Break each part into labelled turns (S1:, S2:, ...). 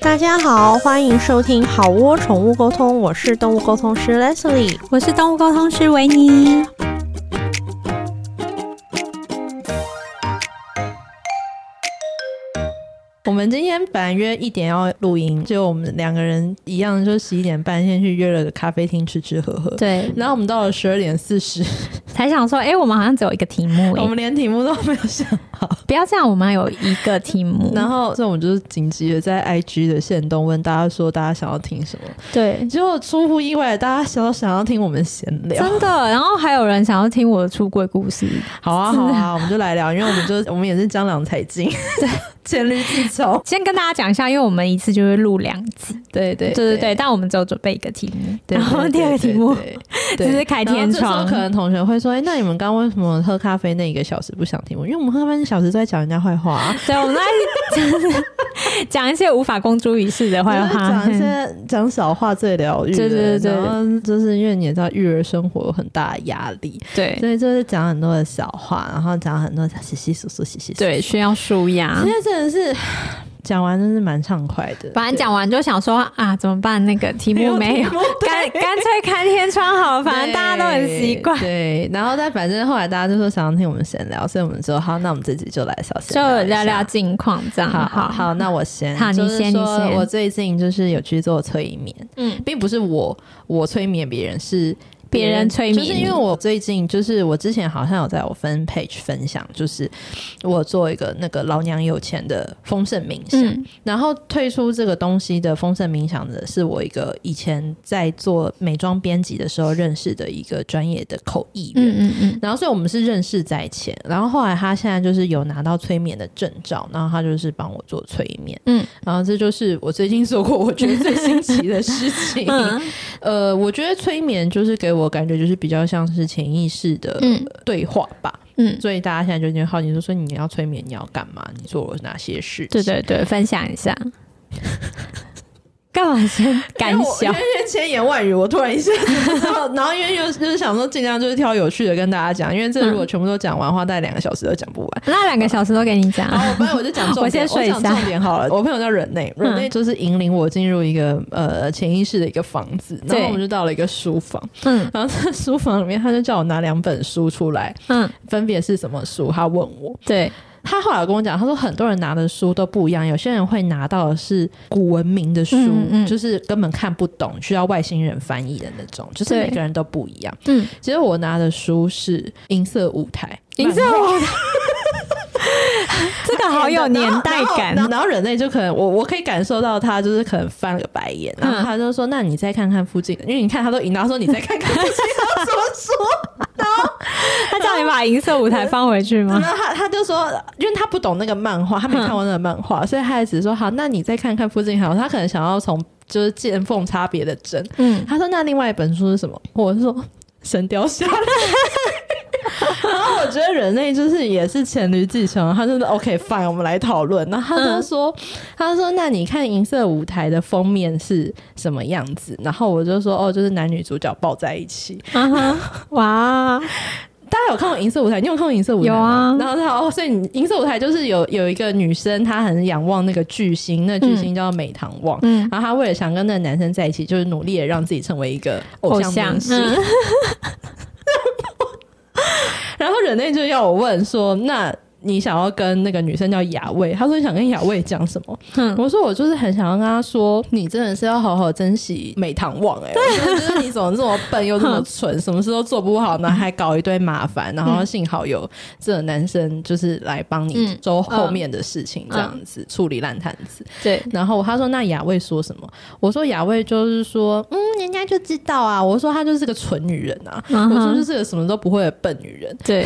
S1: 大家好，欢迎收听好窝宠物沟通，我是动物沟通师 Leslie。
S2: 我是动物沟通师维尼。
S1: 我们今天本来约一点要录音，就我们两个人一样，就十一点半先去约了个咖啡厅吃吃喝喝。
S2: 对，
S1: 然后我们到了十二点四十，
S2: 才想说，哎、我们好像只有一个题目、
S1: 我
S2: 哎，
S1: 们连题目都没有 想好。
S2: 不要这样，我们还有一个题目。
S1: 然后，所以我们就是紧急的在 IG 的线动问大家说大家想要听什么，
S2: 对，
S1: 结果出乎意外，大家想要想要听我们闲聊。
S2: 真的，然后还有人想要听我的出轨故事，
S1: 好啊，好 啊，我们就来聊，因为我们就我们也是江郎才尽， 黔驴技穷。
S2: 先跟大家讲一下，因为我们一次就会录两集，
S1: 对对
S2: 对对对，但我们只有准备一个题目，
S1: 对
S2: 然后
S1: 对
S2: 第二个
S1: 对
S2: 题目
S1: 对对
S2: 只是开
S1: 然后
S2: 天
S1: 这时候
S2: 窗，
S1: 可能同学会说：“哎、那你们刚刚为什么喝咖啡那一个小时不想听我？因为我们喝咖啡那小时都在讲人家坏 话、啊，
S2: 对，我们在讲一些无法公诸于世的坏
S1: 就是
S2: 话，
S1: 讲一 些讲小话最疗愈的。
S2: 对对对
S1: 然后就是因为你也知道育儿生活有很大的压力，
S2: 对
S1: 所以就是讲很多的小话，然后讲很多稀稀疏疏、稀稀疏。
S2: 对，，需要舒压
S1: 现。在真的是 讲完真是蛮畅快的。
S2: 本来讲完就想说啊，怎么办？那个题
S1: 对
S2: 目没有
S1: 题，目对
S2: 干干脆开天窗好了，反正大家都很习惯。
S1: 对，对然后但反正后来大家就说想要听我们闲聊，所以我们就好，那我们这集就来小闲
S2: 就
S1: 一
S2: 聊
S1: 下
S2: 聊近况这样，嗯
S1: 好
S2: 好
S1: 好好，那我先。
S2: 好你
S1: 就是
S2: 先你
S1: 说
S2: 先
S1: 我最近就是有去做催眠，
S2: 嗯，
S1: 并不是我我催眠别人，是
S2: 别人催眠
S1: 就是因为我最近就是我之前好像有在我分 page 分享，就是我做一个那个老娘有钱的丰盛冥想。
S2: 嗯
S1: 然后退出这个东西的丰盛冥想的是我一个以前在做美妆编辑的时候认识的一个专业的口译员。
S2: 嗯嗯嗯，
S1: 然后，所以我们是认识在前，然后后来他现在就是有拿到催眠的证照，然后他就是帮我做催眠，
S2: 嗯，
S1: 然后这就是我最近做过我觉得最新奇的事情，
S2: 嗯
S1: 呃，我觉得催眠就是给我感觉就是比较像是潜意识的
S2: 嗯
S1: 对话吧，
S2: 嗯，
S1: 所以大家现在就有点好奇，就说你要催眠你要干嘛？你做了哪些事情？
S2: 对对对，分享一下。干嘛先干
S1: 因
S2: 笑
S1: 为？我因为千言万语，我突 然一下子，然后然后因为又就是想说尽量就是挑有趣的跟大家讲，因为这如果全部都讲完的话，大概两个小时都讲不完。
S2: 那两个小时都给你讲。
S1: 好，我不然我就讲 重点，
S2: 我先睡一
S1: 我讲
S2: 下嗯
S1: 重点好了。我朋友叫忍内，忍内就是引领我进入一个呃潜意识的一个房子，然
S2: 对
S1: 后我们就到了一个书房，
S2: 嗯
S1: 然后在书房里面他就叫我拿两本书出来，
S2: 嗯，
S1: 分别是什么书，他问我。
S2: 对，
S1: 他后来跟我讲，他说很多人拿的书都不一样，有些人会拿到的是古文明的书，
S2: 嗯嗯
S1: 就是根本看不懂，需要外星人翻译的那种，就是
S2: 对
S1: 每个人都不一样。
S2: 嗯，
S1: 其实我拿的书是《银色舞台》，
S2: 银色
S1: 漫画
S2: 舞台，这个好有年代感
S1: 然。后然后然后人类就可能我我可以感受到他就是可能翻了个白眼，然后
S2: 嗯
S1: 他就说：“那你再看看附近的，因为你看他都赢，然后说你再看看附近的什么书。”
S2: 他叫你把银色舞台放回去 吗？
S1: 然后他他就说，因为他不懂那个漫画，他没看过那个漫画，
S2: 嗯
S1: 所以他也只说好，那你再看看附近好。他可能想要从就是见缝插别的针。
S2: 嗯，
S1: 他说那另外一本书是什么？我是说《神雕侠侣》。 然后我觉得人类就是也是黔驴技穷，他就是 OK fine，我们来讨论。然后他就说，他就说那你看银色舞台的封面是什么样子？然后我就说哦，就是男女主角抱在一起。
S2: 啊哈，哇，
S1: 大家有看过《银色舞台》？你有看过《银色舞台》
S2: 有啊
S1: 吗然后他哦，所以你《银色舞台》就是有有一个女生，她很仰望那个巨星，那巨星叫美堂望。
S2: 嗯，
S1: 然后她为了想跟那个男生在一起，就是努力的让自己成为一个偶像明星。
S2: 嗯
S1: 然后忍内就要我问说，那你想要跟那个女生叫雅卫？他说你想跟雅卫讲什么？
S2: 嗯
S1: 我说我就是很想要跟她说，你真的是要好好珍惜美堂望哎、我说就是你怎么这么笨又这 么蠢，什么事都做不好，然后还搞一堆麻烦，然后幸好有这个男生就是来帮你
S2: 嗯
S1: 周后面的事情这样子、处理烂摊子。
S2: 对，
S1: 然后他说那雅卫说什么？我说雅卫就是说，嗯，人家就知道啊。我说她就是个蠢女人啊，
S2: 嗯
S1: 我说
S2: 哼
S1: 就是个什么都不会的笨女人。
S2: 对，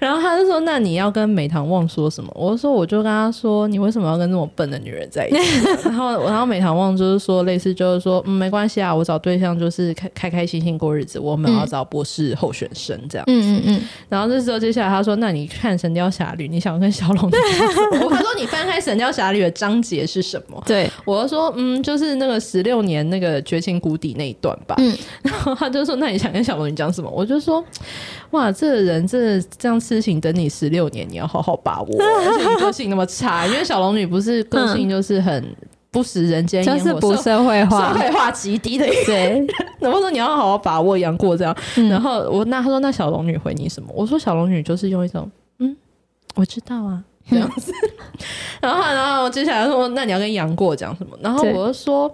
S1: 然后他就说：“那你要跟美堂望说什么？”我就说：“我就跟他说，你为什么要跟这么笨的女人在一起？”啊 然后，然后美堂望就是说，类似就是说，嗯，没关系啊，我找对象就是开开开心心过日子，我们要找博士候选生这样。
S2: 嗯嗯嗯，
S1: 然后这时候接下来他说：“那你看《神雕侠侣》，你想跟小龙女 讲什么？”他说：“你翻开《神雕侠侣》的章节是什么？”
S2: 对，
S1: 我就说，嗯，就是那个十六年那个绝情谷底那一段吧。
S2: 嗯
S1: 然后他就说，那你想跟小龙女讲什么？我就说，哇，这个人真的这样吃事情等你十六年，你要好好把握。哦 而且你个性那么差，因为小龙女不是个性就是很不食人间
S2: 就
S1: 烟火，
S2: 是不
S1: 社
S2: 社会化
S1: 社，会化极低的一个
S2: 对，
S1: 然后说你要好好把握杨过这样，
S2: 嗯
S1: 然后我那他说那小龙女回你什么？我说小龙女就是用一种嗯我知道啊
S2: 嗯
S1: 这样子， 然后然后接下来说那你要跟杨过讲什么？然后
S2: 对
S1: 我就说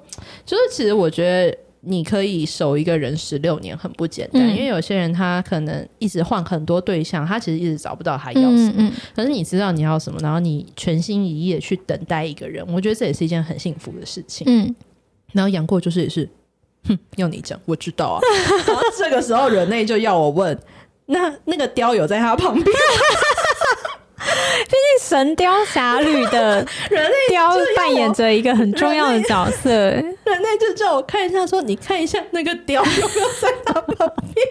S1: 就是其实我觉得。你可以守一个人十六年很不简单，
S2: 嗯
S1: 因为有些人他可能一直换很多对象，他其实一直找不到他要什么。
S2: 嗯嗯，
S1: 可是你知道你要什么，然后你全心一意的去等待一个人，我觉得这也是一件很幸福的事情。
S2: 嗯，
S1: 然后杨过就是也是，哼，要你讲，我知道啊。然后这个时候人类就要我问，那那个雕有在他旁边，
S2: 《神雕侠侣》 的
S1: 人类
S2: 雕扮演着一个很重要的角 色，
S1: 人类就叫我看一下说你看一下那个雕有没有在他旁边。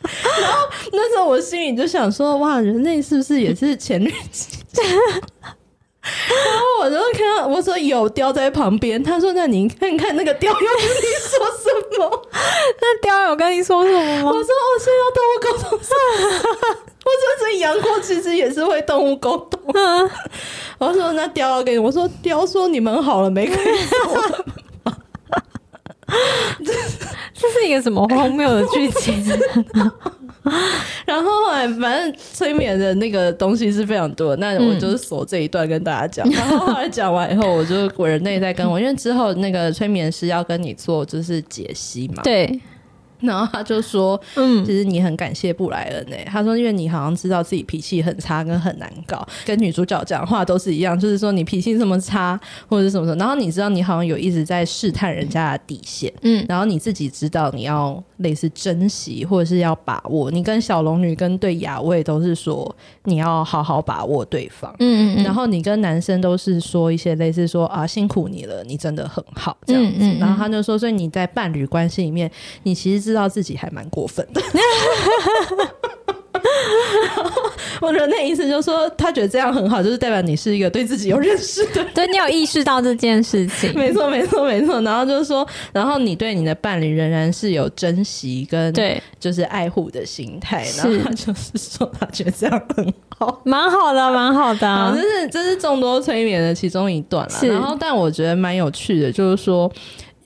S1: 然后那时候我心里就想说，哇，人类是不是也是前女？然后我就看到我说有雕在旁边，他说那你看看那个雕又跟你说什么？
S2: 那雕有跟你说什么吗？
S1: 我说哦，现在要动物沟通是不是 我说这杨过其实也是会动物沟通。我说那雕要跟你，我说雕说你们好了没可以做。
S2: 这是一个什么荒谬的剧情？
S1: 然后后来反正催眠的那个东西是非常多的，那我就是锁这一段跟大家讲。然后后来讲完以后，我就我人类在跟我，因为之后那个催眠师要跟你做就是解析嘛，
S2: 对，
S1: 然后他就说
S2: 嗯，
S1: 其实你很感谢布莱恩诶、他说因为你好像知道自己脾气很差跟很难搞，跟女主角讲话都是一样，就是说你脾气这么差或者是什么什么，然后你知道你好像有一直在试探人家的底线，
S2: 嗯，
S1: 然后你自己知道你要类似珍惜或者是要把握，你跟小龙女跟对雅卫都是说你要好好把握对方。
S2: 嗯嗯，
S1: 然后你跟男生都是说一些类似说啊辛苦你了，你真的很好这样子。
S2: 嗯嗯嗯
S1: 然后他就说，所以你在伴侣关系里面，你其实知道自己还蛮过分 的。然后我的那意思就是说，他觉得这样很好，就是代表你是一个对自己有认识 的人。
S2: 对你有意识到这件事情，
S1: 没错，没错，没错。然后就是说，然后你对你的伴侣仍然是有珍惜跟
S2: 对，
S1: 就是爱护的心态。然
S2: 是
S1: 后他就是说，他觉得这样很好。
S2: 蛮好的，蛮好的
S1: 啊，
S2: 啊
S1: 这，是这是众多催眠的其中一段啦。
S2: 是
S1: 然后，但我觉得蛮有趣的，就是说。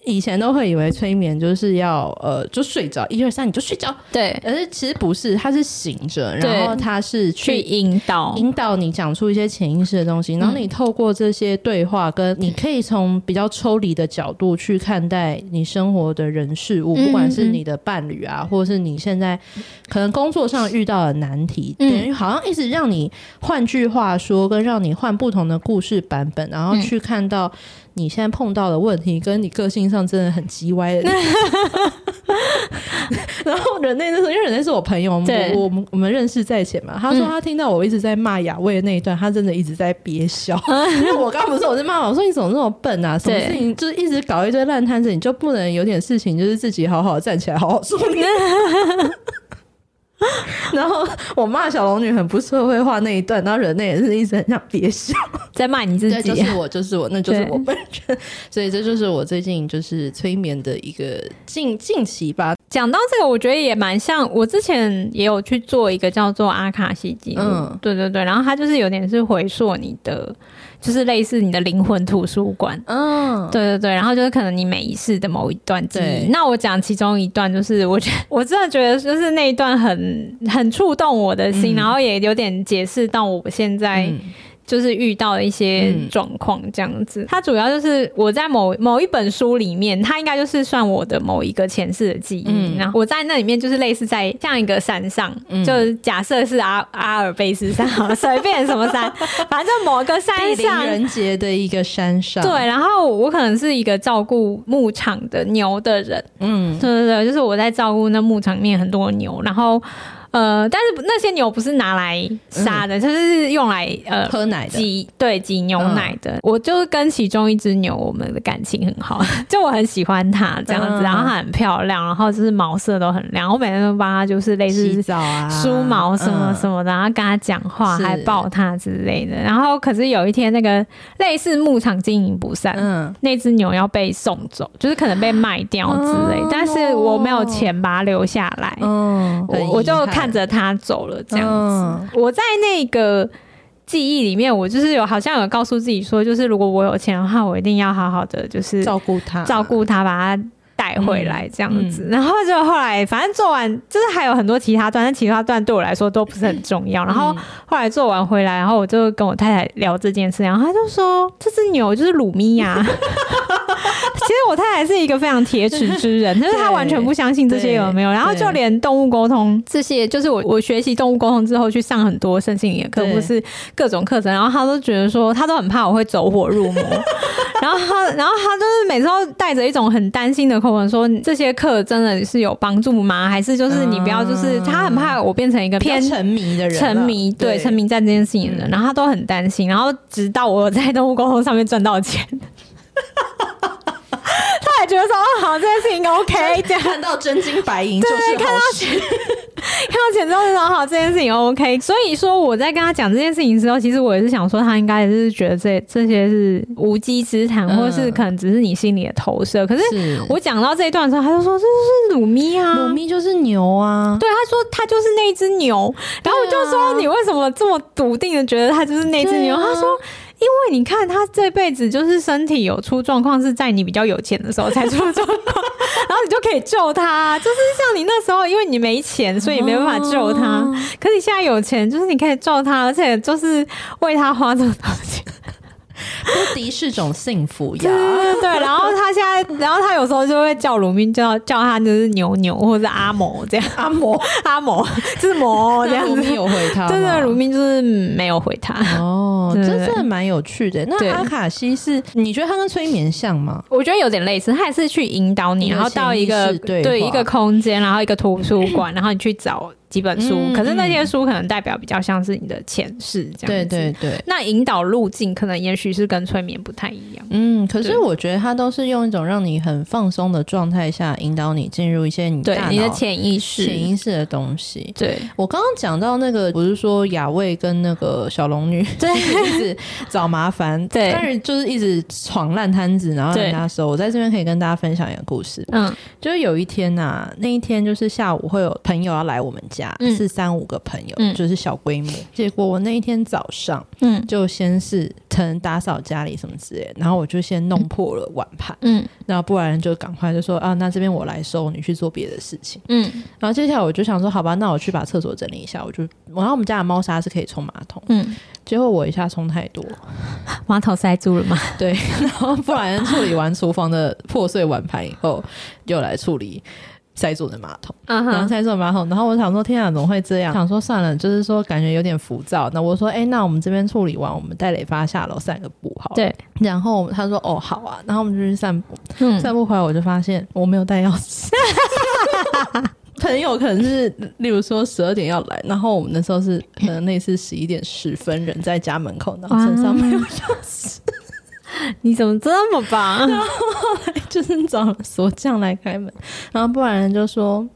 S1: 以前都会以为催眠就是要呃就睡着，一二三你就睡着，
S2: 对，
S1: 可是其实不是，它是醒着，
S2: 对
S1: 然后它是
S2: 去
S1: 去
S2: 引导，嗯
S1: 引导你讲出一些潜意识的东西，然后你透过这些对话，跟你可以从比较抽离的角度去看待你生活的人事物，
S2: 嗯
S1: 不管是
S2: 嗯
S1: 你的伴侣啊，或者是你现在可能工作上遇到的难题，
S2: 嗯
S1: 等于好像一直让你，换句话说，跟让你换不同的故事版本，然后
S2: 嗯
S1: 去看到你现在碰到的问题，跟你个性上真的很叽歪的地方。 然后人类那时候，因为人类是我朋友，我
S2: 对
S1: 们我们我们认识在前嘛，他说
S2: 嗯
S1: 他听到我一直在骂雅卫的那一段，他真的一直在憋笑。 因为我刚不是我在骂我说你怎么那么笨啊？什么
S2: 对
S1: 事情就是一直搞一堆烂摊子，你就不能有点事情就是自己好好站起来好好说你。 然后我骂小龙女很不社会化那一段，然后人类也是一直很想憋笑。啊
S2: 在骂你自
S1: 对，就
S2: 己，
S1: 是我，就是我，那就是
S2: 对
S1: 我本 人。所以这就是我最近就是催眠的一个近近期吧。
S2: 讲到这个，我觉得也蛮像，我之前也有去做一个叫做阿卡西记录，
S1: 嗯
S2: 对对对，然后它就是有点是回溯你的，就是类似你的灵魂图书馆。
S1: 嗯，
S2: 对对对，然后就是可能你每一世的某一段记
S1: 对
S2: 忆。那我讲其中一段，就是我觉得 我真的觉得就是那一段很很触动我的心，
S1: 嗯
S2: 然后也有点解释到我现在、就是遇到的一些状况这样子。它主要就是我在某某一本书里面，它应该就是算我的某一个前世的记忆。
S1: 嗯
S2: 然后我在那里面就是类似在像一个山上，就是假设是阿阿尔卑斯山好了，随便什么山， 反正某个山
S1: 地灵
S2: 上。
S1: 人杰的一个山上，
S2: 对，，然后我可能是一个照顾牧场的牛的人，
S1: 嗯，
S2: 对对对，就是我在照顾那牧场里面很多牛，然后呃，但是那些牛不是拿来杀的，就是用来呃
S1: 嗯喝奶的，嗯
S2: 挤对挤牛奶的，我就跟其中一只牛，我们的感情很好， 就我很喜欢它这样子，
S1: 嗯
S2: 然后它很漂亮，然后就是毛色都很亮，我每天都帮它就是类
S1: 洗
S2: 似
S1: 澡啊，嗯
S2: 梳毛什么什
S1: 么，
S2: 么的，然后跟它讲话，
S1: 是
S2: 还抱它之类的。然后可是有一天，那个类似牧场经营不善，
S1: 嗯，
S2: 那只牛要被送走，就是可能被卖掉之类，
S1: 哦
S2: 但是我没有钱把它留下来，
S1: 嗯，
S2: 哎我我就看着他走了这样子。我在那个记忆里面，我就是有好像有告诉自己说，就是如果我有钱的话，我一定要好好的就是
S1: 嗯照顾他，
S2: 照顾他，把他。带回来这样子，然后就后来反正做完，就是还有很多其他段，但其他段对我来说都不是很重要。然后后来做完回来，然后我就跟我太太聊这件事，然后她就说这只牛就是鲁米亚。其实我太太是一个非常铁齿之人，但是她完全不相信这些有没有，然后就连动物沟通这些，就是我我学习动物沟通之后去上很多身心灵课或是各种课程，然后她都觉得说她都很怕我会走火入魔， 然后她然后她就是每次都带着一种很担心的口吻说这些课真的是有帮助吗？还是就是你不要就是她很怕我变成一个嗯偏
S1: 沉迷的人，
S2: 沉迷对嗯沉迷在这件事情的人，然后她都很担心，然后直到我在动物沟通上面赚到钱。 他也觉得说哦好，这件事情 OK，这样哎
S1: 看到真金白银就是
S2: 看到钱，看到钱之后就说好，这件事情 OK。所以说我在跟他讲这件事情之后，其实我也是想说，他应该也是觉得这这些是无稽之谈，
S1: 嗯
S2: 或是可能只是你心里的投射。可是
S1: 是
S2: 我讲到这一段的时候，他就说这就是鲁咪啊，
S1: 鲁咪就是牛啊，
S2: 对，他说他就是那一只牛，然后我就说你为什么这么笃定的觉得他就是那只牛？
S1: 对啊
S2: 他说。因为你看，他这辈子就是身体有出状况，是在你比较有钱的时候才出状况， 然后你就可以救他。就是像你那时候，因为你没钱，所以没办法救他。
S1: 哦
S2: 可是你现在有钱，就是你可以救他，而且就是为他花这么多钱。
S1: 无敌是种幸福呀
S2: 嗯对。对对，然后他现 在，然后他有时候就会叫鲁明，叫叫他就是牛牛或者是阿某这样，
S1: 阿嬷，
S2: 阿某就是某这
S1: 那
S2: 样
S1: 鲁
S2: 子。
S1: 咪有回他吗，
S2: 真的，鲁明就是嗯没有回他。
S1: 哦，
S2: 对
S1: 这真的蛮有趣的。那
S2: 对
S1: 阿卡西是，你觉得他跟催眠像吗？
S2: 我觉得有点类似，他也是去引导你，
S1: 一个
S2: 然后到一个
S1: 潜意识对话
S2: 一个空间，然后一个图书馆，然后你去找几本书。
S1: 嗯
S2: 可是那些书可能代表比较像是你的前世这样子。
S1: 对对。对，
S2: 那引导路径可能也许是跟催眠不太一样。
S1: 嗯，可
S2: 对
S1: 是我觉得他都是用一种让你很放松的状态下，引导你进入一些你
S2: 对
S1: 大，
S2: 你的
S1: 脑
S2: 潜意识。
S1: 潜意识的东西。
S2: 对
S1: 我刚刚讲到那个，不是说雅卫跟那个小龙 女
S2: 对
S1: 一直找麻烦，
S2: 对
S1: 但是就是一直闯烂摊子，然后让
S2: 对
S1: 人家收。我在这边可以跟大家分享一个故事，
S2: 嗯
S1: 就是有一天呐、那一天就是下午会有朋友要来我们家，
S2: 嗯
S1: 是三五个朋友，
S2: 嗯
S1: 就是小规模。结果我那一天早上
S2: 嗯
S1: 就先是可能打扫家里什么之类的，然后我就先弄破了碗盘，
S2: 嗯
S1: 然后不然就赶快就说啊，那这边我来收，你去做别的事情。
S2: 嗯
S1: 然后接下来我就想说，好吧，那我去把厕所整理一下。我就，然后我们家的猫砂是可以冲马桶，
S2: 嗯，
S1: 结果我一下冲太多，
S2: 马桶塞住了吗？
S1: 对，然后不然处理完厨房的破碎碗盘以后，又来处理塞住的马桶，
S2: 嗯
S1: 然后
S2: 哼，
S1: 塞住的马桶，然后我想说，天啊，怎么会这样？想说算了，就是说感觉有点浮躁。那我说，哎，那我们这边处理完，我们带磊发下楼散个步好。，
S2: 对，
S1: 然后他说，哦，好啊，然后我们就去散步。
S2: 嗯
S1: 散步回来，我就发现我没有带钥匙。 朋友可能是，例如说十二点要来，然后我们那时候是可能类似十一点十分，人在家门口，然后身上没有
S2: 你怎么这么棒？
S1: 就是找了锁匠来开门，然后不然人就说。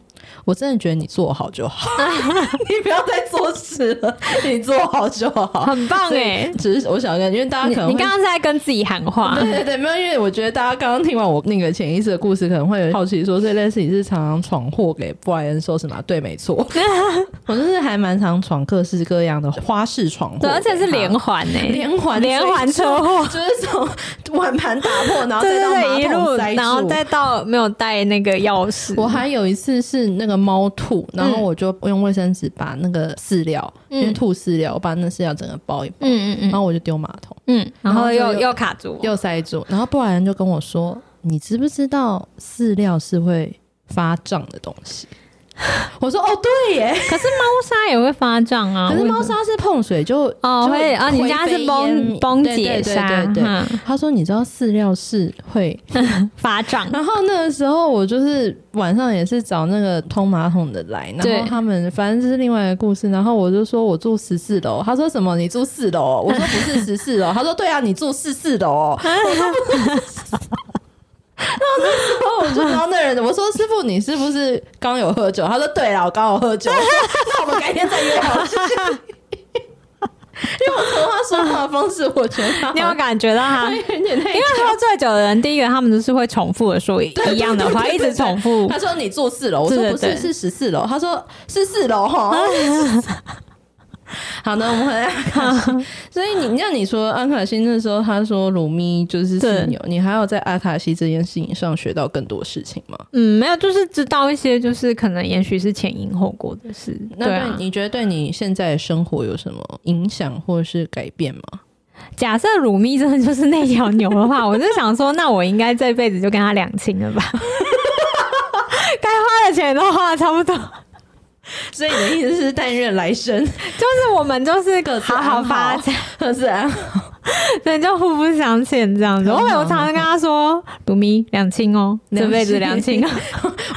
S1: 我真的觉得你做好 就好，你不要再做事了，你做好就好。
S2: 很棒
S1: 所以
S2: 哎！
S1: 只是我想跟，因为大家
S2: 你
S1: 可能
S2: 你
S1: 会
S2: 刚刚是在跟自己喊 话，
S1: 对对对，没有，因为我觉得大家刚刚听完我那个潜意识的故事，可能会有好奇说，这件事情是常常闯祸给布莱恩说什么？对，没错， 我就是还蛮常闯各式各样的花式闯祸 给
S2: 对，
S1: 他，
S2: 而且是连环呢、
S1: 连环
S2: 连环车祸，
S1: 祸，就是从碗盘打破，然后再到马
S2: 一路
S1: 桶，塞住，
S2: 然后再到没有带那个钥匙，
S1: 我还有一次是那个猫吐，然后我就用卫生纸把那个饲料，
S2: 嗯
S1: 因为吐饲料，我把那饲料整个包一包，
S2: 嗯嗯
S1: 然
S2: 嗯
S1: 后我就丢马桶，
S2: 嗯，然
S1: 然后
S2: 后
S1: 就
S2: 又
S1: 有
S2: 又卡住，
S1: 又塞住。然后布莱恩就跟我说：“你知不知道饲料是会发胀的东西？” 我说：“哦，对耶，
S2: 可是猫砂也会发胀啊，
S1: 可是猫
S2: 为什么。
S1: 砂是碰水就
S2: 哦，
S1: 就
S2: 会啊！你家
S1: 飞
S2: 是崩
S1: 烟
S2: 崩
S1: 对
S2: 解
S1: 对
S2: 砂，
S1: 对对对。
S2: 嗯
S1: 他说：“你知道饲料是会
S2: 发胀，
S1: 然后那个时候我就是晚上也是找那个通马桶的来，然
S2: 对
S1: 后他们反正这是另外一个故事。然后我就说我住十四楼，他说什么你住四楼哦？我说不是十四楼，他说对啊，你住四四楼哦。我说不是14楼然后那时候我就然后那人我说师傅你是不是刚有啊喝酒？他说对啦，我刚有喝酒。我说那我们改天再约好。因为我从他说话的方式，我觉得他
S2: 你有
S1: 好
S2: 感觉到他
S1: 像有一点那
S2: 因为喝醉酒的人，第一个他们都是会重复的说一
S1: 对
S2: 一样的话，
S1: 对对
S2: 一直重复
S1: 他。说你住四楼，我说
S2: 对对
S1: 不是，
S2: 对
S1: 是十四楼。他说是四楼 哈。好的，我们回来。 所以你让你说安卡西那时候，他说鲁咪就是犀牛，你还有在阿卡西这件事情上学到更多事情吗？
S2: 嗯，没有，就是知道一些，就是可能也许是前因后果的事。
S1: 那
S2: 对
S1: 对、
S2: 啊，
S1: 你觉得对你现在的生活有什么影响或是改变吗？
S2: 假设乳咪真的就是那条牛的 话，我就想说，那我应该这辈子就跟他两清了吧？ 该花的钱都花的差不多，
S1: 所以你的意思是，但愿来生
S2: 就是我们就是
S1: 各自
S2: 好好
S1: 安好
S2: 发展，
S1: 可是啊，
S2: 对，就互不相欠这样子。
S1: 很
S2: 我
S1: 好
S2: 我常常跟他说，乳咪两清哦，这
S1: 嗯两
S2: 辈子
S1: 清
S2: 两清哦。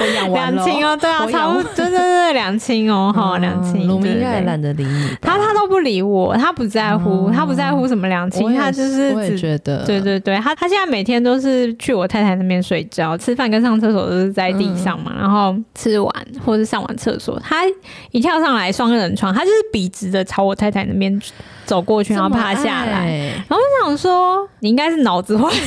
S1: 我养 完
S2: 两
S1: 了。
S2: 清哦，对啊，
S1: 我
S2: 差
S1: 养
S2: 不
S1: 完
S2: 多，对对对，两清哦，哈，两清。
S1: 鲁咪应该
S2: 对
S1: 也
S2: 对
S1: 懒得理你吧。
S2: 他他都不理我，他不在乎，
S1: 哦
S2: 他不在乎什么两
S1: 我
S2: 清，
S1: 也
S2: 他就是
S1: 我也
S2: 只。
S1: 觉得，
S2: 对对对，他他现在每天都是去我太太那边睡觉，吃饭跟上厕所都是在地上
S1: 嗯
S2: 嘛，然后吃完或是上完厕所，他一跳上来双人床，他就是笔直的朝我太太那边走过去，
S1: 这
S2: 然
S1: 么
S2: 后
S1: 爱，
S2: 趴下来。我想说，你应该是脑子坏， 因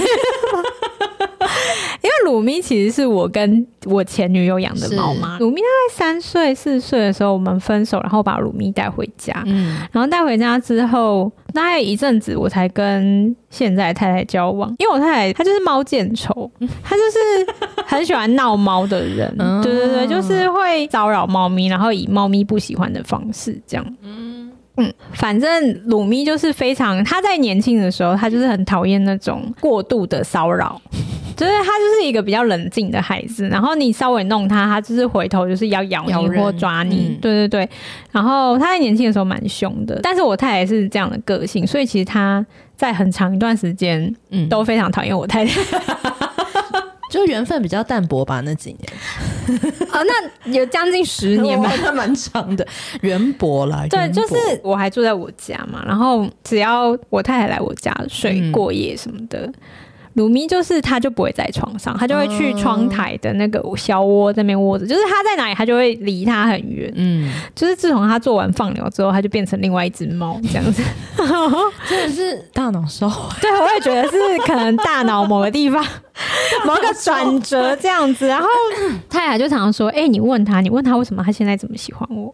S2: 为鲁咪其实是我跟我前女友养的猫嘛。鲁咪大概三岁四岁的时候，我们分手，然后把鲁咪带回家。
S1: 嗯，，
S2: 然后带回家之后，大概一阵子，我才跟现在的太太交往，因为我太太她就是猫见愁，她就是很喜欢闹猫的人
S1: 嗯
S2: 对对对，就是会骚扰猫咪，然后以猫咪不喜欢的方式这样。嗯反正鲁咪就是非常，她在年轻的时候，她就是很讨厌那种过度的骚扰。就是她就是一个比较冷静的孩子，然后你稍微弄她，她就是回头就是要咬
S1: 咬
S2: 你
S1: 人
S2: 或抓你，
S1: 嗯
S2: 对对对。然后他在年轻的时候蛮凶的，但是我太太是这样的个性，所以其实他在很长一段时间
S1: 嗯，
S2: 都非常讨厌我太太。
S1: 就缘分比较淡薄吧，那几年
S2: 啊、那 有将近十年 吧。
S1: 还蛮长的，缘薄啦。
S2: 对，
S1: 缘薄
S2: 就是我还住在我家嘛，然后只要我太太来我家睡过夜什么的，鲁咪就是他就不会在床上，他就会去窗台的那个小窝这边窝着，就是他在哪里，他就会离他很远。
S1: 嗯，
S2: 就是自从他做完放疗之后，他就变成另外一只猫这样子。
S1: 真的是大脑烧 坏，
S2: 对，我也觉得是可能大脑某个地 方某个转折这样子。然后太太就常常说：“哎、你问他，你问他为什么他现在这么喜欢我？”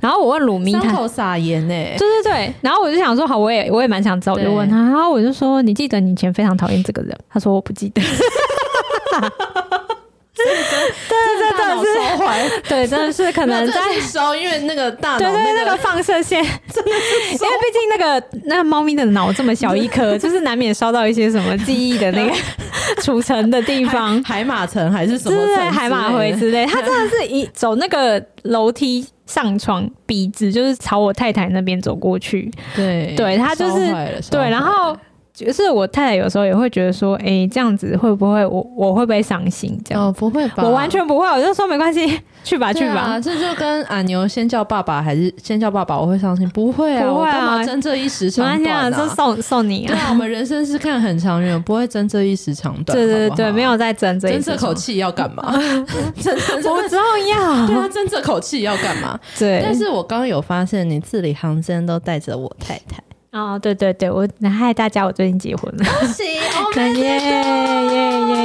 S2: 然后我问鲁明
S1: 伤
S2: 他。
S1: 口撒盐欸呢、
S2: 对对对，然后我就想说，好，我也我也蛮想知道，我就
S1: 对
S2: 问他，然后我就说，你记得你以前非常讨厌这个人？他说我不记得，
S1: 对
S2: 真的是
S1: 烧坏，
S2: 对，真的是 可
S1: 可
S2: 能在
S1: 烧，因为那个大
S2: 对
S1: 脑
S2: 对
S1: 那
S2: 那个
S1: 个
S2: 放射线， 因为毕竟那个那猫咪的脑这么小一颗，就是难免烧到一些什么记忆的那个 储存的地方，
S1: 海马城还是什么
S2: 对对对，
S1: 城之类的
S2: 海马回之类，他真的是一走那个楼梯上床，笔直就是朝我太太那边走过去。
S1: 对
S2: 对他就是
S1: 烧坏了烧
S2: 对，
S1: 坏
S2: 然后就是我太太有时候也会觉得说，哎、这样子会不会我我会不会伤心？这
S1: 了
S2: 样、
S1: 哦不会吧，
S2: 我完全不会，我就说没关系，去吧去
S1: 对
S2: 吧
S1: 啊，。这就跟阿牛先叫爸爸还是先叫爸爸，我会伤心，不会啊，
S2: 不会啊
S1: 我干嘛争这一时
S2: 没
S1: 长
S2: 关系
S1: 短
S2: 啊，就
S1: 啊？
S2: 送送你
S1: 对
S2: 啊！
S1: 啊，我们人生是看很长远，不会争这一时长短。
S2: 对对
S1: 好不
S2: 对，
S1: 好
S2: 没有在争这一
S1: 争
S2: 次
S1: 这口，气要干 嘛？争争
S2: 不
S1: 争，
S2: 重
S1: 对
S2: 要。
S1: 啊，争这口气要干嘛？但
S2: 对，啊
S1: 是我刚刚有发现，你字里行间都带着我太太。
S2: 哦，对对对，我嗨大家，我最近结婚了。
S1: 恭 喜，
S2: 耶
S1: 哦
S2: 耶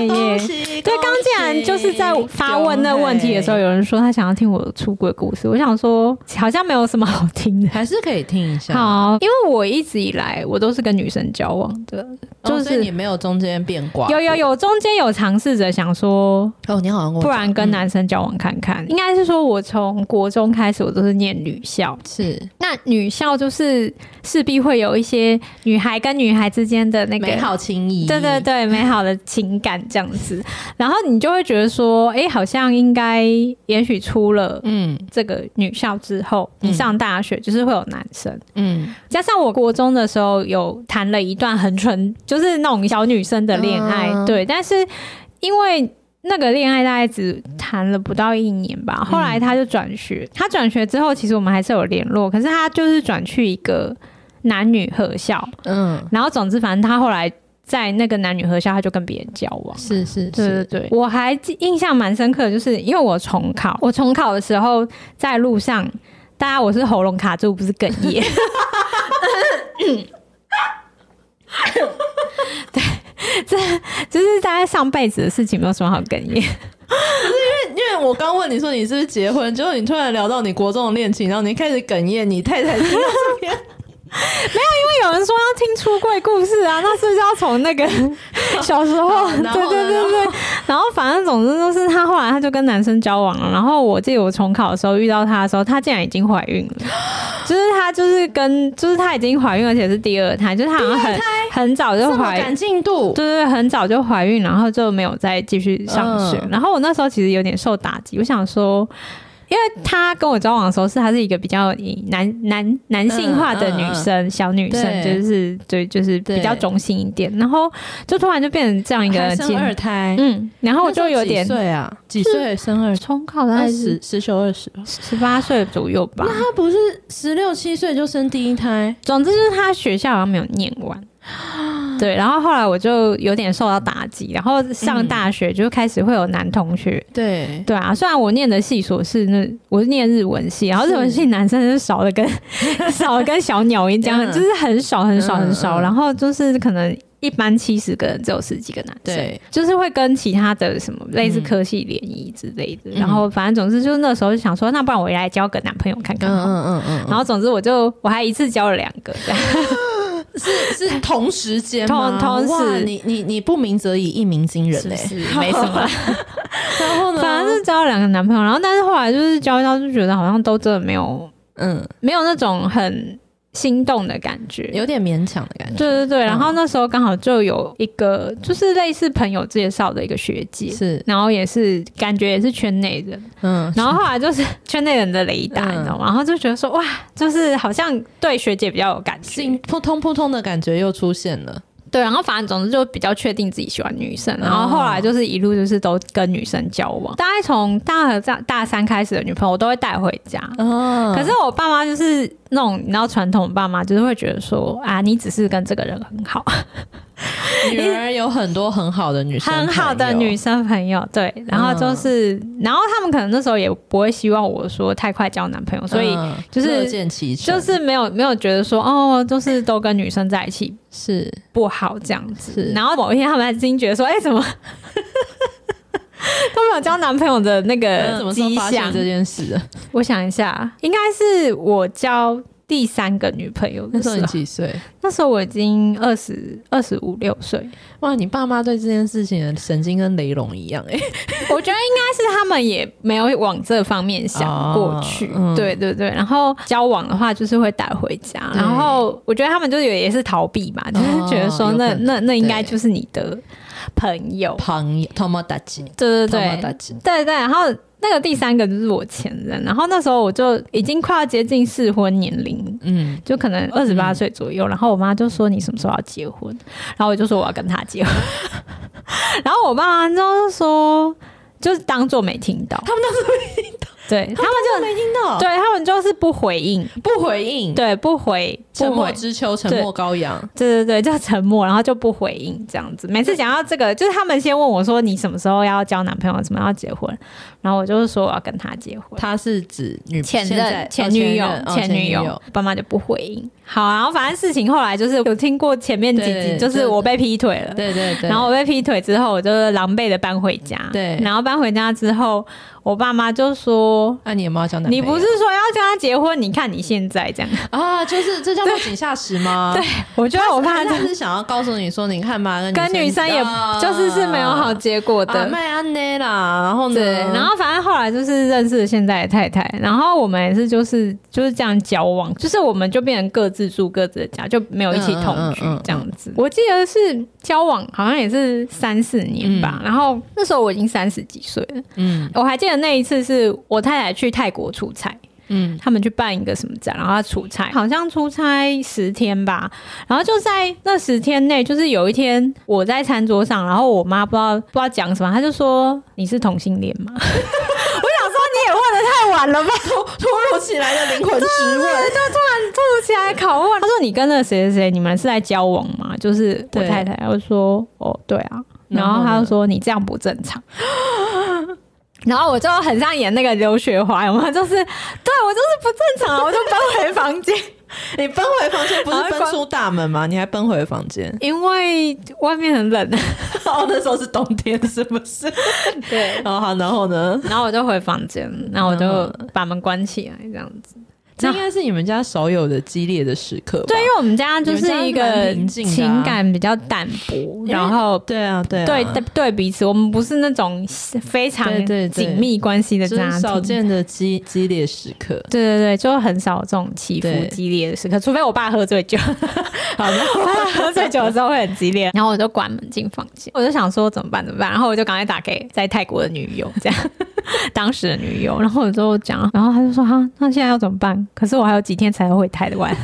S2: 耶耶！
S1: 喜
S2: 对，刚竟然就是在发问那问题的时候，，有人说他想要听我出轨故事，我想说好像没有什么好听的。
S1: 还是可以听一下。哦
S2: 好，因为我一直以来我都是跟女生交往的，
S1: 哦，
S2: 就
S1: 所以
S2: 是
S1: 你没有中间变卦。
S2: 有有有中间有尝试着想说，
S1: 哦，你好像跟我嗯
S2: 不然跟男生交往看看。应该是说我从国中开始，我都是念女校，
S1: 是
S2: 那女校就是势必会有一些女孩跟女孩之间的那个
S1: 美好情谊，
S2: 对对对，美好的情感这样子，然后你就会觉得说，哎、好像应该，也许出了
S1: 嗯
S2: 这个女校之后，你
S1: 嗯
S2: 上大学就是会有男生。
S1: 嗯
S2: 加上我国中的时候有谈了一段很纯，就是那种小女生的恋爱，
S1: 嗯
S2: 对，但是因为。那个恋爱大概只谈了不到一年吧，后来他就转学。他转学之后，其实我们还是有联络，可是他就是转去一个男女合校，
S1: 嗯，
S2: 然后总之，反正他后来在那个男女合校，他就跟别人交往。
S1: 是是
S2: 对对
S1: 是，
S2: 对，我还记印象蛮深刻的，就是因为我重考，我重考的时候在路上，大家我是喉咙卡住，不是哽咽， 就是大概上辈子的事情，没有什么好哽咽。
S1: 因为我刚问你说你是不是结婚，结果你突然聊到你国中的恋情，然后你开始哽咽，你太太听到这
S2: 因
S1: 边，
S2: 为有人说要听出柜故事 啊，那是不是要从那个小时候？
S1: 好
S2: 对
S1: 然后
S2: 对
S1: 呢
S2: 对对。然后反正总之就是他后来他就跟男生交往了。然后我记得我重考的时候遇到他的时候，他竟然已经怀孕 了，就是他就是跟就是他已经怀孕，而且是第二胎，就是他好像很很早就
S1: 这么
S2: 怀
S1: 赶进度，
S2: 对对，对很早就怀孕，然后就没有再继续上学。
S1: 嗯
S2: 然后我那时候其实有点受打击，我想说。因为她跟我交往的时候，是她是一个比较以男男男性化的女生，小女生，
S1: 嗯对
S2: 就是对，就是比较
S1: 对
S2: 中性一点。然后就突然就变成这样一个
S1: 还生
S2: 阶
S1: 二胎，
S2: 嗯，然后我
S1: 那时
S2: 就
S1: 候
S2: 有
S1: 几
S2: 点
S1: 岁啊，几岁生二胎？
S2: 冲考大概
S1: 二
S2: 是
S1: 十十九二十吧，
S2: 十八岁左右吧。
S1: 他不是十六七岁就生第一胎，
S2: 总之就是他学校好像没有念完，对，然后后来我就有点受到打击，然后
S1: 嗯
S2: 上大学就开始会有男同学，
S1: 对，
S2: 对啊，虽然我念的系所是那我是念日文系，然后日文系男生就少的跟 少的跟小鸟一样，
S1: 嗯
S2: 就是很少很少很少，
S1: 嗯嗯
S2: 然后就是可能一般七十个人只有十几个男生，
S1: 对
S2: 就是会跟其他的什么类似
S1: 嗯
S2: 科系联谊之类的，
S1: 嗯
S2: 然后反正总之就是那时候就想说，那不然我也来交个男朋友看看好了。
S1: 嗯嗯
S2: 然后总之我就我还一次交了两个，这样
S1: 是是同时间吗
S2: 同同时
S1: 哇你你你不鸣则已，一鸣惊人
S2: 是不
S1: 嘞、
S2: 是 没什么啦。
S1: 然后呢？
S2: 反正是交了两个男朋友，然后但是后来就是交一交就觉得好像都真的没有
S1: 嗯，
S2: 没有那种很心动的感觉，
S1: 有点嗯勉强的感觉，
S2: 对对对，然后那时候刚好就有一个，就是类似朋友介绍的一个学姐，
S1: 是
S2: 然后也是感觉也是圈内 人，
S1: 嗯，
S2: 然后后来就是圈内人的雷达，
S1: 嗯
S2: 你知道吗？然后就觉得说哇，就是好像对学姐比较有感
S1: 心
S2: 情，
S1: 扑通扑通的感觉又出现了，
S2: 对，然后反正总之就比较确定自己喜欢女
S1: 哦
S2: 生，然后后来就是一路就是都跟女生交往，大概从大二大大三开始的女朋友我都会带回家，
S1: 哦
S2: 可是我爸妈就是那种你知道传统爸妈就是会觉得说啊，你只是跟这个人很 好。
S1: 女儿有很多很好的女生，
S2: 很好的女，生朋友，对，然后就是，
S1: 嗯
S2: 然后他们可能那时候也不会希望我说太快交男朋友，所以
S1: 嗯
S2: 就是
S1: 乐见其成，
S2: 就是没有没有觉得说哦，就是都跟女生在一起
S1: 是
S2: 不好这样子
S1: 是。
S2: 然后某一天他们还惊觉说，哎、怎么 都没有交男朋友的那
S1: 哎怎
S2: 个
S1: 么
S2: 迹
S1: 说发
S2: 象
S1: 现？这件事啊的？
S2: 我想一下，应该是我交第三个女朋友
S1: 那
S2: 的时
S1: 时候
S2: 候
S1: 你，几岁？
S2: 那时候我已经二十二十五六岁，
S1: 哇，你爸妈对这件事情的神经跟雷龙一样 哎、
S2: 我觉得应该是他们也没有往这方面想过去，
S1: 哦嗯
S2: 对对对。然后交往的话，就是会带回家。
S1: 对
S2: 然后我觉得他们就是有也是逃避嘛，就是觉得说
S1: 有
S2: 那
S1: 可能
S2: 那那应该
S1: 对
S2: 就是你的朋友，
S1: 朋友，友友大姐，
S2: 对对
S1: 友大
S2: 对
S1: 姐，
S2: 对对。然后那个第三个就是我前任，然后那时候我就已经快要接近适婚年龄。
S1: 嗯，
S2: 就可能二十八岁左右，然后我妈就说你什么时候要结婚，然后我就说我要跟他结婚， 然后我爸妈就说就是当做没听到，
S1: 他们当时
S2: 对他们
S1: 就没听到，
S2: 对他们就是不回应，
S1: 不回应，
S2: 对不回
S1: 嗯沉
S2: 不
S1: 默
S2: 回，
S1: 之秋，沉默羔羊，
S2: 对对对，就沉默，然后就不回应这样子。每次讲到这个，就是他们先问我说你什么时候要交男朋友，什么时候要结婚，然后我就是说我要跟他结婚。
S1: 她是指女
S2: 前
S1: 现在
S2: 任
S1: 哦、
S2: 前女友
S1: 任、哦
S2: 前女友，，爸妈就不回应。好、啊然后反正事情后来就是有听过前面几
S1: 对
S2: 集，
S1: 对
S2: 就是我被劈腿了，
S1: 对对对，
S2: 然后我被劈腿之后，我就狼狈的搬回家。
S1: 对
S2: 然后搬回家之后，我爸妈就说
S1: 那、啊你有没有交男朋
S2: 你
S1: 友？
S2: 不是说要跟他结婚？你看你现在 这样，
S1: 啊，就是这叫做井下石 吗？对，
S2: 我觉得我爸
S1: 他
S2: 这
S1: 他是想要告诉你说，你看吧，
S2: 跟女生也就是是没有好结果
S1: 啊，
S2: 的。
S1: 麦安内啦，然后呢，
S2: 对，然后反正后来就是认识了现在的太太，然后我们也是就是就是这样交往，就是我们就变成各自住各自的家，就没有一起同居
S1: 嗯嗯嗯嗯嗯
S2: 这样子。我记得是交往好像也是三四年吧，然后那时候我已经三十几岁了，
S1: 嗯
S2: 我还记得那一次是我太太去泰国出差，
S1: 嗯，
S2: 他们去办一个什么展，然后他出差，好像出差十天吧，然后就在那十天内，就是有一天我在餐桌上，然后我妈不知道不知道讲什么，她就说你是同性恋吗？我想 说你也问的太晚了吧，
S1: 突突如其来的灵魂质问，
S2: 突如其来拷问，她说你跟那谁谁谁，你们是在交往吗？就是我
S1: 对
S2: 太太，我就说哦对啊，然
S1: 然后
S2: 后
S1: 呢
S2: 她就说你这样不正常。 然后我就很像演那个刘雪华，有吗？就是对我就是不正常啊，我就搬回房间，？
S1: 你奔回房间不是奔出大门吗？你还奔回房间
S2: 因为外面很 冷。
S1: 哦，那时候是冬天，是不是？
S2: 对，
S1: 哦，好，然后呢？
S2: 然后我就回房间，然后我
S1: 然
S2: 就
S1: 后
S2: 把门关起来，这样子。
S1: 这应该是你们家少有的激烈的时刻吧？
S2: 对，因为我们家就是一
S1: 你们家是
S2: 个
S1: 蛮平静的啊
S2: 情感比较淡薄，然后
S1: 对啊，对啊，
S2: 对对对彼此，我们不是那种非常
S1: 对对对
S2: 紧密关系的
S1: 这
S2: 家
S1: 是少
S2: 庭。
S1: 见的激激烈时刻。
S2: 对对对，就很少这种起伏
S1: 对
S2: 激烈的时刻，除非我爸喝醉酒。
S1: 好的，
S2: 我爸喝醉酒的时候会很激烈，然后我就关门进房间，我就想说怎么办怎么办，然后我就赶快打给在泰国的女友，这样 当时的女友，然后我就讲，然后他就说哈，那现在要怎么办？可是我还有几天才回台湾。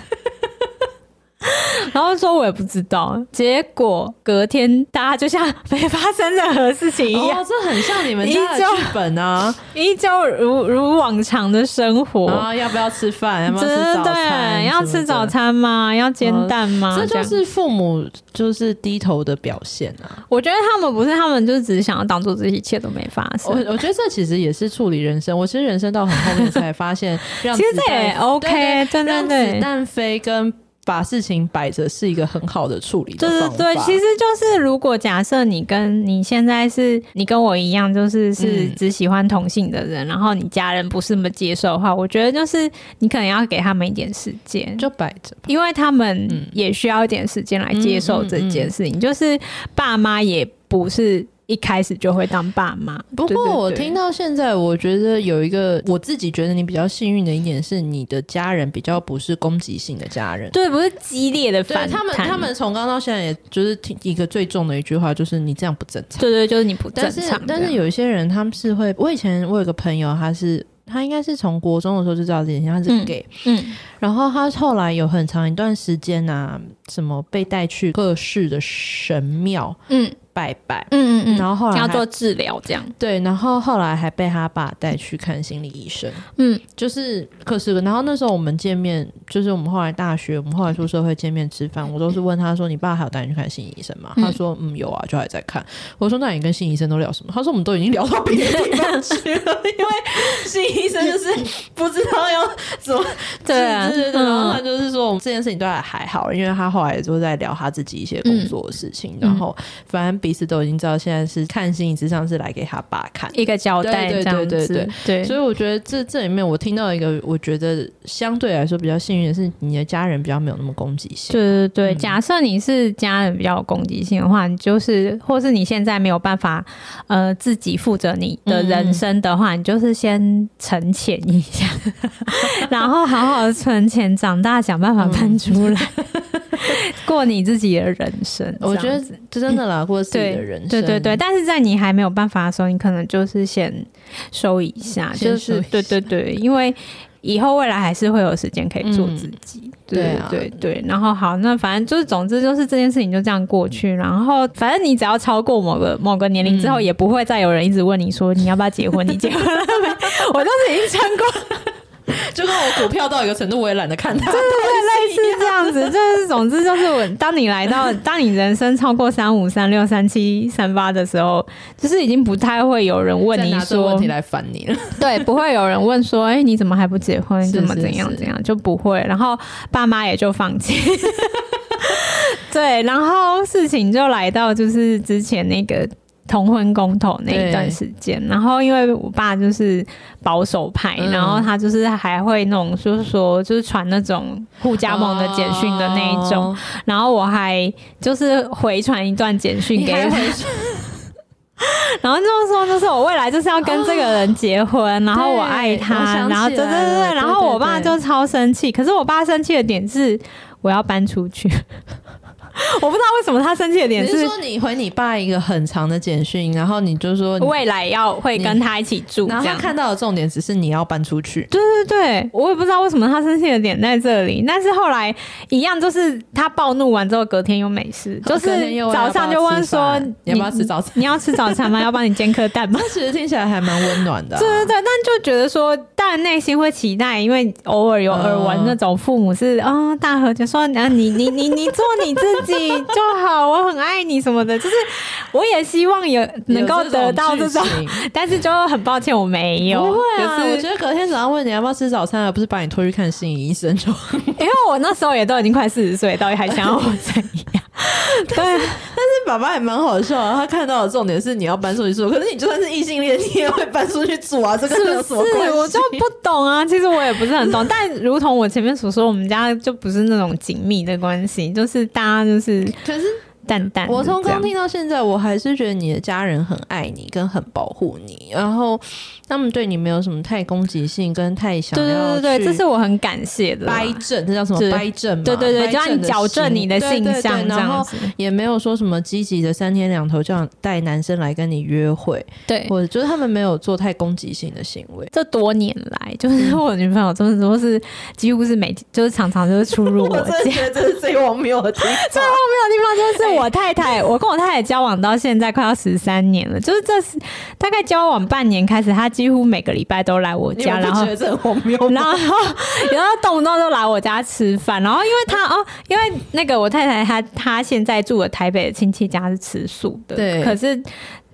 S2: 然后说我也不知道，结果隔天大家就像没发生任何事情一样，
S1: 哦，这很像你们家的
S2: 依旧
S1: 剧本啊！
S2: 依旧如如往常的生活。
S1: 啊，要不要吃饭？要不要
S2: 真
S1: 吃
S2: 的
S1: 早餐？
S2: 对，要吃早。餐吗？要煎蛋吗？
S1: 哦这就
S2: 样
S1: 是父母就是低头的表现啊！
S2: 我觉得他们不是，他们就只是想要当做这一切都没发
S1: 我
S2: 生。
S1: 我觉得这其实也是处理人生。我其实人生到很后面才发 现，让
S2: 其实
S1: 子
S2: 这
S1: 弹
S2: 也 OK，对对
S1: 让子
S2: 对，
S1: 弹飞跟把事情摆着是一个很好的处理的
S2: 对
S1: 方
S2: 对
S1: 法。
S2: 对，其实就是如果假设你跟你现在是你跟我一样，就是是
S1: 嗯
S2: 只喜欢同性的人，然后你家人不是那么接受的话，我觉得就是你可能要给他们一点时间，
S1: 就摆着。
S2: 因为他
S1: 嗯
S2: 们也需要一点时间来接受这件事情。就是爸妈也不是一开始就会当爸妈，
S1: 不
S2: 对
S1: 过我
S2: 对对
S1: 听到现在，我觉得有一个我自己觉得你比较幸运的一点是，你的家人比较不是攻击性的家人。
S2: 对不是激烈的
S1: 对
S2: 反
S1: 他们，
S2: 弹
S1: 他们从刚到现在，也就是听一个最重的一句话，就是你这样不正常。
S2: 对对，就是你不正
S1: 但是
S2: 常。
S1: 但是有一些人他们是会，我以前我有个朋友，他是他应该是从国中的时候就知道这件事，他
S2: 嗯
S1: 是 gay，、
S2: 嗯
S1: 然后他后来有很长一段时间啊，什么被带去各式的神庙
S2: 嗯
S1: 拜拜，
S2: 嗯嗯，
S1: 然后后来
S2: 要
S1: 还
S2: 做治疗这样，
S1: 对，然后后来还被他爸带去看心理医生。
S2: 嗯
S1: 就是可是，然后那时候我们见面，就是我们后来大学，我们后来出社会见面吃饭，我都是问他说：“你爸还有带你去看心理医生吗？”
S2: 嗯
S1: 他说：“嗯，有啊，就还在看。”我说：“那你跟心理医生都聊什么？”他说：“嗯啊我们都已经聊到别的地方去了，因为心理医生就是不知道要怎么
S2: 对啊，
S1: 对对对。然后他
S2: 嗯
S1: 就是说，我们这件事情都还还好，因为他后来就在聊他自己一些工作的事情，然后反正彼此都已经知道现在是看心理之上是来给他爸看。
S2: 一个交代这
S1: 对对
S2: 样
S1: 对对
S2: 子，对
S1: 所以我觉得这这里面，我听到一个我觉得相对来说比较幸运的是，你的家人比较没有那么攻击性。
S2: 对对对，
S1: 嗯
S2: 假设你是家人比较有攻击性的话，你就是或是你现在没有办法呃自己负责你的人生的话，你就是先存钱一 下，然后好好存钱，长大想办
S1: 嗯
S2: 法搬出来，过你自己的人生。
S1: 我觉
S2: 这样
S1: 得
S2: 子
S1: 这嗯真的啦，过自己的人生，
S2: 对对对，，但是在你还没有办法的时候，你可能就是先收一下，
S1: 先
S2: 就
S1: 收
S2: 是
S1: 一
S2: 对对对，因为以后未来还是会有时间可以做
S1: 嗯
S2: 自己，
S1: 对
S2: 对
S1: 啊
S2: 对对。然后好，那反正就是，总之就是这件事情就这样过去。然后反正你只要超过某个某个年龄之后，
S1: 嗯
S2: 也不会再有人一直问你说你要不要结婚，你结婚了没？ 我就是已经撑过
S1: 就跟我股票到一个程度，我也懒得看它。
S2: 类似这样子， 就是总之就是我，当你来到， 当你人生超过三五、三六、三七、三八的时候，就是已经不太会有人问
S1: 再
S2: 你
S1: 拿这个
S2: 说
S1: 问题，来烦你 了，
S2: 对，不会有人问说，哎、你怎么还不结婚？你怎么
S1: 是是
S2: 怎样
S1: 是
S2: 怎样，就不会。然后爸妈也就放弃。 对，然后事情就来到就是之前那个。同婚公投那一段
S1: 对
S2: 时间，然后因为我爸就是保守派，
S1: 嗯
S2: 然后他就是还会那种就是说就是传那种互加盟的简讯的那一种，
S1: 哦，
S2: 然后我还就是回传一段简讯
S1: 你
S2: 给
S1: 还
S2: 他，
S1: 回
S2: 然后就说就是我未来就是要跟这个人结婚，然后我爱
S1: 哦对我
S2: 他，
S1: 想
S2: 然后
S1: 起
S2: 对对
S1: 来了
S2: 对，
S1: 对
S2: 然后我
S1: 对
S2: 爸
S1: 对
S2: 就超生气。可是我爸生气的点是我要搬出去， 我不知道为什么他生气的点
S1: 你
S2: 是
S1: 是说你回你爸一个很长的简讯，然后你就说你，
S2: 未来要会跟他一起住，
S1: 然
S2: 这
S1: 后他
S2: 样。
S1: 看到的重点只是你要搬出 去，
S2: 对对对，我也不知道为什么他生气的点在这里，但是后来一样，就是他暴怒完之后，隔天又没事，就是
S1: 哦隔天又问
S2: 早上就问说
S1: 要不要吃早餐？
S2: 你要吃早餐吗？要帮你煎颗蛋吗？
S1: 那其实听起来还蛮温暖的啊、
S2: 对对对，但就觉得说，当然内心会期待，因为偶尔有耳闻
S1: 嗯
S2: 那种父母是啊、大和解说，啊你你你你做你自己就好，我很爱你什么的，就是我也希望有能够得到这种， 但是就很抱歉我没有，
S1: 不 会啊！
S2: 就是
S1: 我觉得隔天早上问你要不要吃早餐，而不是把你拖去看心理医生就。
S2: 因为我那时候也都已经快四十岁，到底还想要我怎样？ 对，
S1: 爸爸也蛮好笑啊，他看到的重点是你要搬出去住，可是你就算是异性恋，你也会搬出去住啊，这跟
S2: 是
S1: 有
S2: 不
S1: 什么关
S2: 是？
S1: 系？
S2: 我就不懂啊，其实我也不是很懂。但如同我前面所说，我们家就不是那种紧密的关系，就是大家就是
S1: 可是
S2: 淡淡的这样。
S1: 我从刚听到现在，我还是觉得你的家人很爱你，跟很保护你，然后他们对你没有什么太攻击性，跟太想
S2: 对
S1: 要
S2: 对对对，
S1: 去
S2: 这是我很感谢的啦。
S1: 掰正，这叫什么
S2: 对
S1: 掰正嘛？
S2: 对对对，
S1: 掰
S2: 就让
S1: 正
S2: 你
S1: 的
S2: 矫正
S1: 心
S2: 你的
S1: 对
S2: 性
S1: 对对
S2: 向这
S1: 然
S2: 样
S1: 后
S2: 子。
S1: 也没有说什么积极的三天两头就想带男生来跟你约会，
S2: 对，
S1: 或者就是他们没有做太攻击性的行 为。
S2: 这多年来，就是我女朋友真的都是几乎是每天，就是常常就是出入 我家。
S1: 觉得这是最荒谬的 地
S2: 最荒谬的地方就是我太太，我跟我太太交往到现在快要十三年了，就是这是大概交往半年开始，她几乎每个礼拜都来我
S1: 你
S2: 家，
S1: 们
S2: 然
S1: 不
S2: 后
S1: 觉得这很荒 谬
S2: 然
S1: 吗？
S2: 后然后动不动就来我家吃饭，然后因为她哦，因为那个我太太她她现在住的台北的亲戚家是吃素的，
S1: 对
S2: 可是。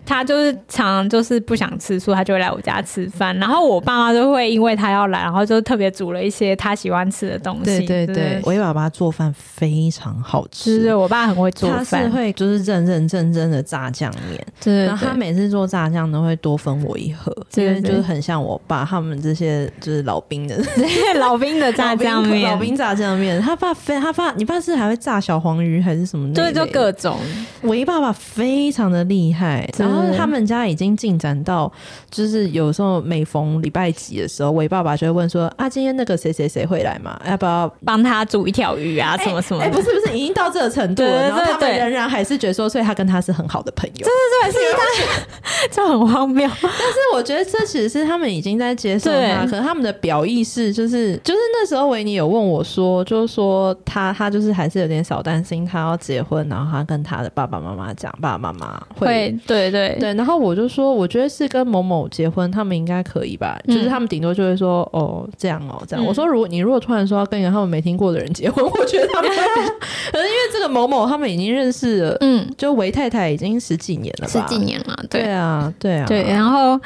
S2: 她就是常就是不想吃素，她就会来我家吃饭。然后我爸妈就会因为她要来，然后就特别煮了一些她喜欢吃的东西。
S1: 对对对，
S2: 就
S1: 我爸爸做饭非常好
S2: 是就是
S1: 吃，
S2: 我爸很会做
S1: 他是
S2: 饭，
S1: 会就是认认真真的炸酱面，
S2: 对对
S1: 然后他每次做炸酱都会多分我一盒，
S2: 对
S1: 因为
S2: 对
S1: 就是很像我爸他们这些就是老兵的
S2: 对老兵的 炸酱面，
S1: 老兵炸酱面，他爸非他爸，你爸是还会炸小黄鱼还是什么那一
S2: 对
S1: 类的？
S2: 就各种，
S1: 我一爸爸非常的厉害，
S2: 真的
S1: 然后他们家已经进展到，就是有时候每逢礼拜几的时候，我一爸爸就会问说啊，今天那个谁谁谁会来嘛？要不要？
S2: 帮他煮一条鱼啊，什么什么
S1: 哎、
S2: 的。
S1: 不是不是，已经到这个程度
S2: 对对
S1: 了，然后他
S2: 对
S1: 们
S2: 对
S1: 仍然还是觉得说，所以他跟他是很好的朋友。
S2: 对，是他就很荒谬。
S1: 但是我觉得这其实是他们已经在接受他，
S2: 对
S1: 可能他们的表意识就是就是那时候维尼有问我说，就是说他他就是还是有点小担心他要结婚，然后他跟他的爸爸妈妈讲，爸爸妈妈会。
S2: 会，对对
S1: 对，然后我就说，我觉得是跟某某结婚，他们应该可以吧？
S2: 嗯
S1: 就是他们顶多就会说，哦，这样哦，这
S2: 嗯
S1: 样。我说，如果你如果突然说要跟一个他们没听过的人结婚， 我觉得他们会比较，可是因为这个某某他们已经认识了，
S2: 嗯，
S1: 就维太太已经十几年了吧？
S2: 十几年了，
S1: 对
S2: 对
S1: 啊，对啊，
S2: 对，然后。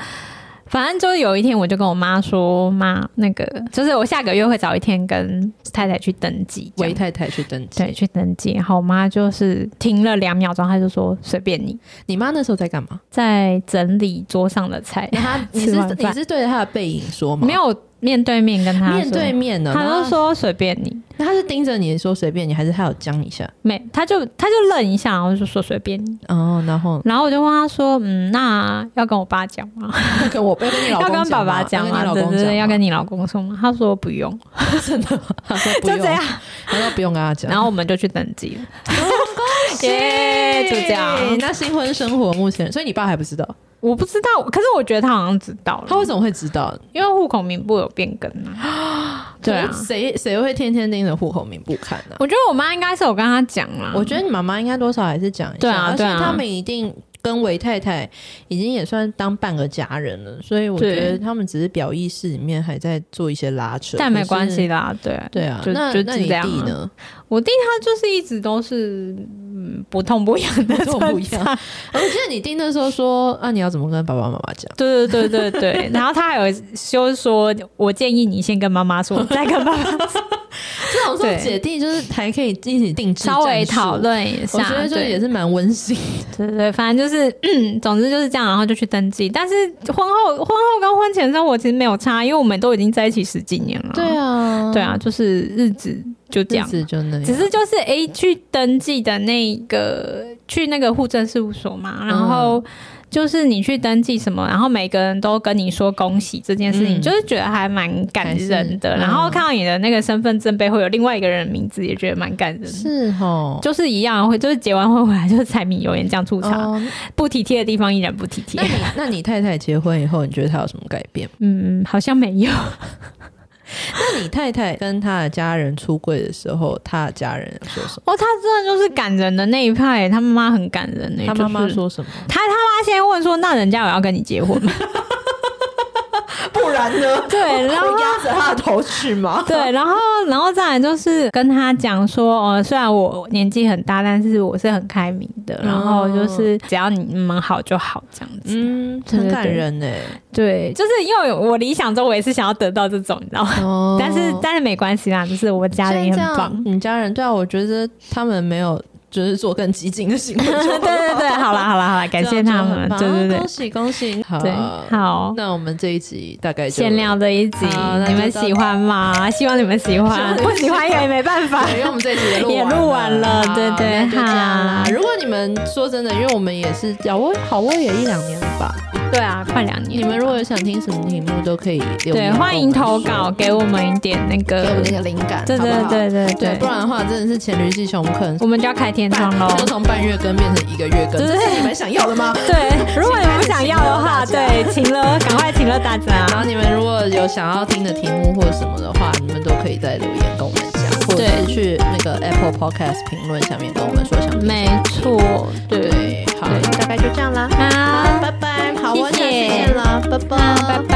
S2: 反正就有一天，我就跟我妈说：“妈，那个就是我下个月会找一天跟太太去登记，这
S1: 维
S2: 样
S1: 太太去登记。
S2: 对，去登记。”然后我妈就是停了两秒钟，她就说：“随便你。
S1: 你妈那时候在干嘛？”
S2: 在整理桌上的菜，
S1: 她 你
S2: 吃
S1: 是
S2: 完
S1: 你
S2: 饭
S1: 是对着她的背影说吗？
S2: 没有面对面跟她
S1: 面
S2: 说
S1: 对，面啊的，
S2: 她就说：“随便你。”
S1: 那她是盯着你说随便你，还是她有僵一下？
S2: 没，她就她就愣一下，然后就说：“随便你。
S1: 哦，然后”
S2: 然后我就问她说：“嗯，那要跟我爸讲吗？”
S1: 要 跟我要跟你老公
S2: 要跟爸爸讲
S1: 讲啊吗
S2: 嘛，
S1: 要
S2: 对
S1: 跟你老
S2: 对
S1: 公讲吗，
S2: 对，要跟你老公说嘛。他说不用，
S1: 她 说啊不
S2: 就
S1: 用，
S2: 这样，
S1: 她说不用跟他讲。
S2: 然后我们就去登记了。 耶，就这样。
S1: 那新婚生活目前，所以你爸还不知道，
S2: 我不知道，可是我觉得他好像知道
S1: 他
S2: 了，
S1: 为什么会知道？
S2: 因为户口名簿有变更啊。 对啊
S1: 可是谁谁会天天盯着户口名簿看呢？
S2: 我觉得我妈应该是有跟他讲啦。
S1: 我觉得你妈妈应该多少还是讲一下，
S2: 嗯对啊
S1: 而且
S2: 对啊
S1: 他们一定跟韦太太已经也算当半个家人了，所以我
S2: 对
S1: 觉得他们只是表意识里面还在做一些拉扯，
S2: 但没
S1: 可是
S2: 关系。啦，对
S1: 对啊，
S2: 就
S1: 那
S2: 就
S1: 那
S2: 就
S1: 你
S2: 这样
S1: 弟
S2: 啊
S1: 呢？
S2: 我弟他就是一直都是嗯不痛不痒的
S1: 不痛不
S2: 存在
S1: 痒。我记得你弟那时候说啊，你要怎么跟爸爸妈妈讲？
S2: 对对对对对，然后他还有就是说，我建议你先跟妈妈 说，再跟爸爸
S1: 这种时候
S2: 对
S1: 姐弟就是还可以一起定制啊
S2: 稍微
S1: 战术
S2: 讨，论一下。
S1: 我觉得就
S2: 对
S1: 也是蛮温馨。
S2: 对对对，反正就是，嗯，总之就是这样，然后就去登记。但是婚后、婚后跟婚前生活其实没有差，因为我们都已经在一起十几年了。
S1: 对，啊，
S2: 对啊，，就是日子就这
S1: 日
S2: 样。
S1: 子就那样。
S2: 只是就是诶，去登记的那个去那个户政事务所嘛，
S1: 嗯
S2: 然后就是你去登记什么，然后每个人都跟你说恭喜这件事情，
S1: 嗯
S2: 就是觉得还蛮感人的。
S1: 还是嗯
S2: 然后看到你的那个身份证背后有另外一个人的名字，也觉得蛮感人的。
S1: 是哦，
S2: 就是一样，会就是结完婚回来就是柴米油盐酱醋茶，
S1: 哦
S2: 不体贴的地方依然不体贴
S1: 那。你那你太太结婚以后，你觉得她有什么改变吗？
S2: 嗯，好像没有。
S1: 那你太太跟她的家人出柜的时候，她的家人说什 么？
S2: 哦，他真的就是感人的那一派，他妈妈很感人呢、
S1: 她妈妈
S2: 哎就是
S1: 说什么？
S2: 他他妈先问说，那人家有要跟你结婚吗？
S1: 不然 呢？
S2: 对，然后
S1: 我压着他的头去吗？
S2: 对，然后然后再来就是跟他讲说，哦，虽然我年纪很大，但是我是很开明的，然后就是只要你们好就好这样子。
S1: 嗯，
S2: 对
S1: 很
S2: 对
S1: 感
S2: 对
S1: 人欸呢、
S2: 对，就是因为我理想中我也是想要得到这种，你知道吗？嗯
S1: 哦
S2: 但是但是没关系啦，就是我家人也
S1: 这
S2: 很
S1: 样
S2: 棒。
S1: 你家人对啊，我觉得他们没有就是做更激进的行为 就
S2: 对
S1: 好，
S2: 对对，好啦好啦好啦，感谢他们， 对
S1: 这样就很
S2: 对对
S1: 棒哦恭喜恭喜，好
S2: 对，好。
S1: 啊那我们这一集大概就
S2: 限量的一集
S1: 好，那就
S2: 你们喜欢吗？希望你们喜
S1: 希望
S2: 欢，
S1: 你
S2: 不
S1: 们喜
S2: 喜
S1: 欢
S2: 欢也没办 法。
S1: 对因为我们这一集也录
S2: 也
S1: 了
S2: 录完了
S1: 好
S2: 对对
S1: 那就这样啦
S2: 好
S1: 如果你们说真的，因为我们也是好我好我也一两年了吧，
S2: 对啊， 快两年了。
S1: 你们如果有想听什么题目都可以留
S2: 对
S1: 言
S2: 欢迎
S1: 跟我
S2: 投
S1: 们说
S2: 稿，给我们一点那
S1: 给我
S2: 个
S1: 们，一些灵感，
S2: 对对
S1: 好不好
S2: 对对
S1: 对，不然的话真的是黔驴技穷，我们可能
S2: 我们就要开天窗喽
S1: 半。就从半月更变成一个月更，
S2: 对
S1: 这是你们想要的吗？
S2: 对，如果你们不想要的话，
S1: 请
S2: 对，请了，赶快请了大
S1: 然
S2: 家
S1: 后。你们如果有想要听的题目或者什么的话，你们都可以在留言跟我们讲，或者是
S2: 对
S1: 去那个 Apple Podcast 评论下面跟我们说想听。
S2: 没错，对，
S1: 对，好，大概就这样啦。
S2: 好，
S1: 拜拜，好，
S2: 谢
S1: 我想
S2: 谢
S1: 谢谢了，拜拜，
S2: 那拜拜。